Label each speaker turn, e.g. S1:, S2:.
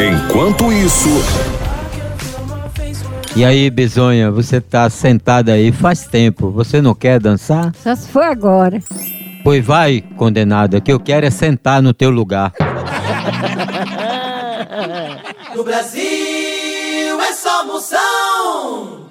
S1: Enquanto isso.
S2: E aí, Bisonha, você tá sentada aí faz tempo. Você não quer dançar?
S3: Só se for agora.
S2: Pois vai, condenada, que eu quero é sentar no teu lugar.
S4: No Brasil é só moção.